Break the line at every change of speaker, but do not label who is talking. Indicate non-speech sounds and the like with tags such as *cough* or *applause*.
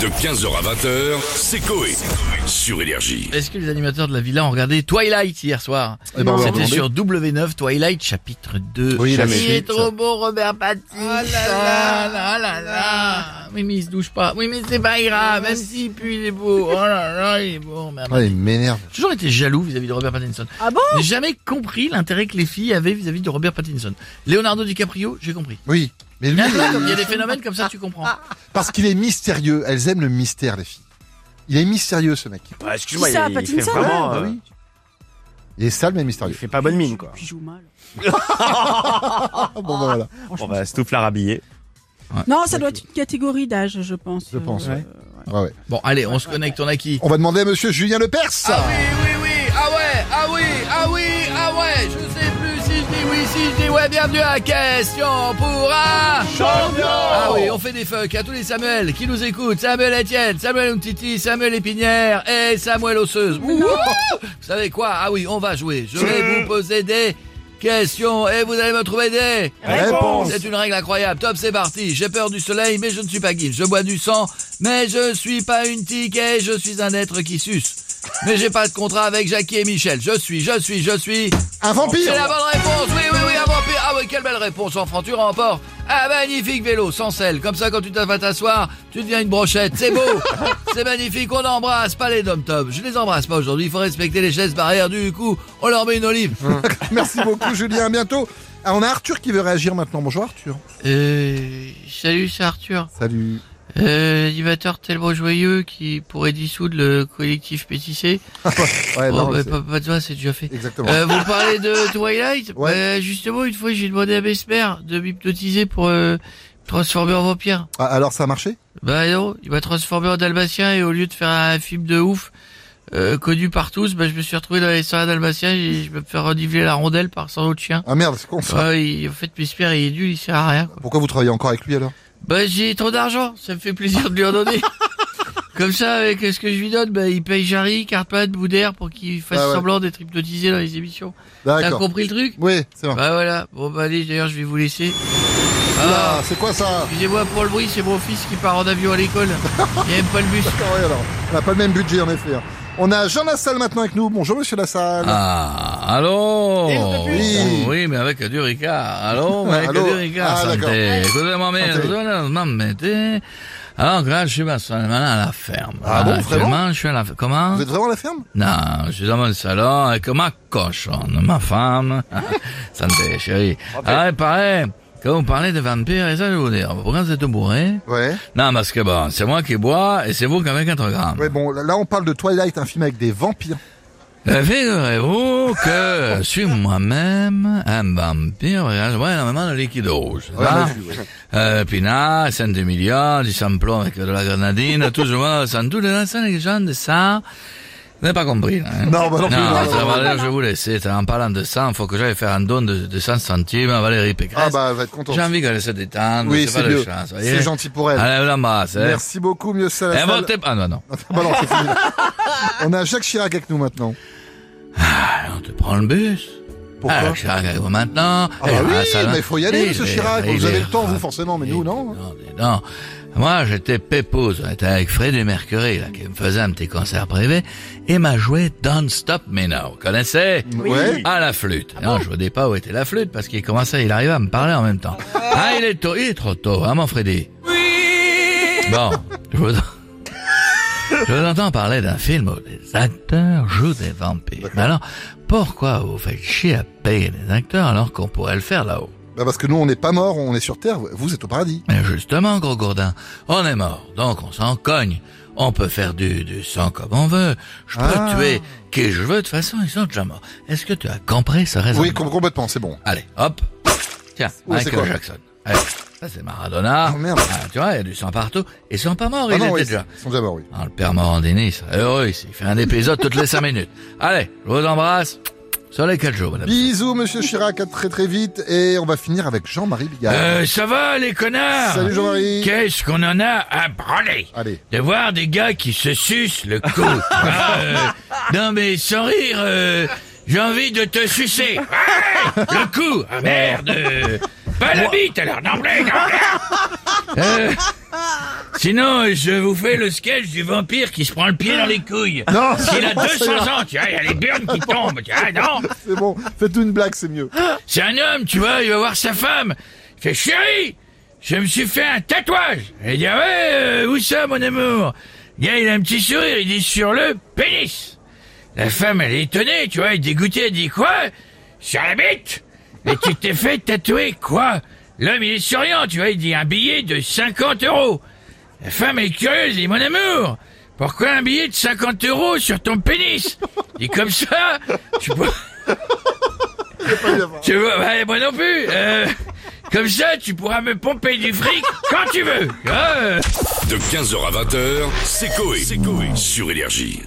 De 15h à 20h, c'est Coé. Sur Énergie.
Est-ce que les animateurs de la villa ont regardé Twilight hier soir
Eh ben, on va
C'était
demander.
sur W9, Twilight chapitre 2.
Oui, la
Il est
suite.
trop beau Robert Pattinson. Oh là là, là là. Oui mais il se douche pas. Oui mais c'est pas grave, même s'il pue il est beau. Oh là là, il est beau Robert
Ah, il m'énerve.
J'ai toujours été jaloux vis-à-vis de Robert Pattinson.
Ah bon
J'ai jamais compris l'intérêt que les filles avaient vis-à-vis de Robert Pattinson. Leonardo DiCaprio, j'ai compris.
Oui, mais *laughs* lui,
Là, là, comme
il-
il y a des phénomènes comme ça, tu comprends.
parce qu'il est mystérieux. Elles aiment le mystère, les filles. Il est mystérieux, ce mec.
Bah, excuse-moi,
Qui ça,
il, il fait
Pattinson
vraiment.
Ouais, bah
euh,
oui. Il est sale, mais
Il
mystérieux.
fait pas bonne mine, quoi.
Puis je joue mal.
Ah, bon, bah, voilà.
Bon, bah, Stouff l'a rhabillé.
Non, ça doit être une catégorie d'âge, je pense.
Je pense,
Euh,
Ah, ouais. Ouais, ouais.
Bon, allez, on se connecte, on a qui
On va demander à monsieur Julien Lepers.
Ah oui, oui, oui, ah ouais, ah oui, ah oui, ah ouais, je sais plus si je dis oui, si je dis ouais, bienvenue à Question pour un champion Ah oui, on fait des fucks à tous les Samuel qui nous écoutent, Samuel Etienne, Samuel Umtiti, Samuel Épinière et Samuel Osseuse. Wouhou vous savez quoi Ah oui, on va jouer, je vais vous poser des questions et vous allez me trouver des...
Réponse.
C'est une règle incroyable. Top, c'est parti. J'ai peur du soleil, mais je ne suis pas guide. Je bois du sang, mais je suis pas une tique et je suis un être qui suce. Mais j'ai pas de contrat avec Jackie et Michel. Je suis, je suis, je suis.
Un vampire.
C'est la bonne réponse. Oui, oui, oui, un vampire. Ah oui, quelle belle réponse. Enfant, tu remportes un magnifique vélo sans selle. Comme ça, quand tu t'as- vas t'asseoir, tu deviens une brochette. C'est beau. c'est magnifique. On embrasse pas les dom-toms. Je les embrasse pas aujourd'hui. Il faut respecter les chaises barrières. Du coup, on leur met une olive.
Merci beaucoup, Julien. À bientôt. Ah, on a Arthur qui veut réagir maintenant. Bonjour, Arthur.
Euh, salut, c'est Arthur.
Salut.
Euh, l'animateur tellement joyeux qui pourrait dissoudre le collectif pétissé.
Ouais,
Oh,
non,
bah,
c'est-
pas, pas de besoin, c'est déjà fait.
Exactement.
Euh, vous parlez
*laughs*
de Twilight
Ouais.
Bah, Justement, une fois, j'ai demandé à Besmer de m'hypnotiser pour euh, me transformer en vampire.
Ah, alors, ça a marché
Bah non, il m'a transformé en dalmatien et au lieu de faire un film de ouf euh, connu par tous, bah, je me suis retrouvé dans les soirées dalmatiens et je me fais renifler la rondelle par son autre chien.
Ah merde, c'est con. ça.
Ouais, il- en fait, Besmer, il est nul, il sert à rien.
Pourquoi vous travaillez encore avec lui alors
Bah j'ai trop d'argent, ça me fait plaisir de lui en
*laughs*
donner. Comme ça, avec ce que je lui donne, bah, il paye Jarry, Carpade, Boudère pour qu'il fasse
Ah ouais.
semblant d'être hypnotisé dans les émissions. T'as
D'accord.
compris le truc
Oui, c'est bon.
Bah voilà, bon bah allez, d'ailleurs je vais vous laisser.
Ah,
Ah,
c'est quoi ça
excusez-moi pour le bruit, c'est mon fils qui part en avion à
*laughs*
l'école. Il aime pas le bus.
Ah ouais, alors, on n'a pas le même budget en effet. hein. On a Jean Lassalle maintenant avec nous. Bonjour Monsieur Lassalle.
Ah, allô
Oui.
Oui, mais avec du Ricard. Allô, mais avec
Allô
du Ricard,
Ah,
santé.
d'accord.
Écoutez-moi bien,
Santé.
écoutez-moi bien. Alors, là, je suis maintenant à la ferme.
Ah bon,
Actuellement,
vraiment
je suis à la ferme. Comment
Vous êtes vraiment à la ferme
Non, je suis dans mon salon avec ma cochonne, ma femme. *laughs* Santé, chérie. Ah, il paraît, quand vous parlez de vampires, et ça, je vais vous dire, pourquoi vous êtes bourré
Ouais.
Non, parce que bon, c'est moi qui bois, et c'est vous qui avez 4 grammes.
Ouais, bon, là- là on parle de Twilight, un film avec des vampires.
Euh, Figurez-vous
*laughs*
que je suis moi-même un vampire, regarde, je bois énormément de liquide rouge.
Ouais,
ça.
on a vu, ouais.
Euh, Pinard, Saint-Emilion, du samplon avec de la
*laughs*
grenadine, tout ce monde, sans doute, dans les gens de ça, vous n'avez pas compris, hein.
Non, bah non plus.
Non,
non,
ça
non,
va,
non.
Valérie, je vous laisse. En parlant de ça, il faut que j'aille faire un don de, de 100 centimes à Valérie Pécresse.
Ah bah, elle va être contente.
J'ai envie qu'elle se détende.
Oui,
c'est
c'est
pas de
mieux.
chance. voyez.
C'est gentil pour elle.
Allez, on l'embrasse. hein.
Merci beaucoup Monsieur
Et
Lassalle.
votez pas. Ah non, non.
Bah non, c'est fini. on a Jacques Chirac avec nous maintenant.
Eh, Ah, on te prend le bus. Ah,
Pourquoi
Alors, Chirac arrive maintenant.
Ah bah oui, mais il faut y aller,
Oui,
Monsieur
mais-
Chirac.
mais
Vous
il
avez
est-
le temps, vous, forcément, mais nous,
Et-
non. hein.
dis donc. Moi, j'étais pépouze. On était avec Freddie Mercury, là, qui me faisait un petit concert privé, et m'a joué Don't Stop Me Now. Vous connaissez?
Ouais.
à Ah, la flûte.
Ah
non, je ne dis pas où était la flûte parce qu'il commençait, il arrivait à me parler en même temps. Ah, il est tôt, il est trop tôt, hein, mon Freddy Bon, je vous, *laughs* je vous entends parler d'un film où les acteurs jouent des vampires. Mais alors, pourquoi vous faites chier à payer les acteurs alors qu'on pourrait le faire là-haut
Bah parce que nous, on n'est pas morts, on est sur Terre. Vous êtes au paradis.
mais justement, gros gourdin, on est mort, donc on s'en cogne. On peut faire du, du sang comme on veut. Je peux
Ah.
tuer qui je veux, de toute façon, ils sont déjà morts. Est-ce que tu as compris ce raisonnement
Oui, com- complètement, c'est bon.
Allez, hop. Tiens,
Ouais, c'est
Michael
quoi
Jackson. Allez, ça c'est Maradona.
Ah, merde.
Ah, tu vois, il y a du sang partout. Ils sont pas morts,
Ah
ils
non,
étaient
oui,
déjà.
ils sont déjà morts, oui.
Ah, le père Morandini, il serait heureux ici. Il fait un épisode toutes les cinq minutes. Allez, je vous embrasse. Sur les quatre jours, madame.
Bisous, Monsieur Chirac, à très très vite. Et on va finir avec Jean-Marie Bigard.
Euh, ça va, les connards
Salut Jean-Marie.
Qu'est-ce qu'on en a à branler
Allez.
de voir des gars qui se sucent le
*laughs*
cou. Ah, euh, non mais sans rire, euh, j'ai envie de te sucer. Ah, le cou. Ah, merde.
Pas la bite alors, non, blague, non, blague. Euh, Sinon, euh, je vous fais le sketch du vampire qui se prend le pied dans les couilles.
Non,
Il a
c'est bon,
200
c'est
ans, tu vois, il y a les burnes qui tombent, tu vois, non.
C'est bon, faites-nous une blague, c'est mieux.
C'est un homme, tu vois, il va voir sa femme. Il fait, chérie, je me suis fait un tatouage. Elle dit, ah ouais, euh, où ça, mon amour? Le gars, il a un petit sourire, il dit, sur le pénis. La femme, elle est étonnée, tu vois, elle est dégoûtée, elle dit, quoi? Sur la bite? Mais tu t'es *laughs* fait tatouer, quoi? L'homme, il est souriant, tu vois, il dit, un billet de 50 euros. La femme est curieuse, elle dit, mon amour, pourquoi un billet de 50 euros sur ton pénis? Il dit, comme ça, tu peux... Tu vois, ouais, moi non plus. Euh, comme ça, tu pourras me pomper du fric hein. quand tu veux. Tu vois, euh.
De 15h à 20h, c'est Coé sur Énergie.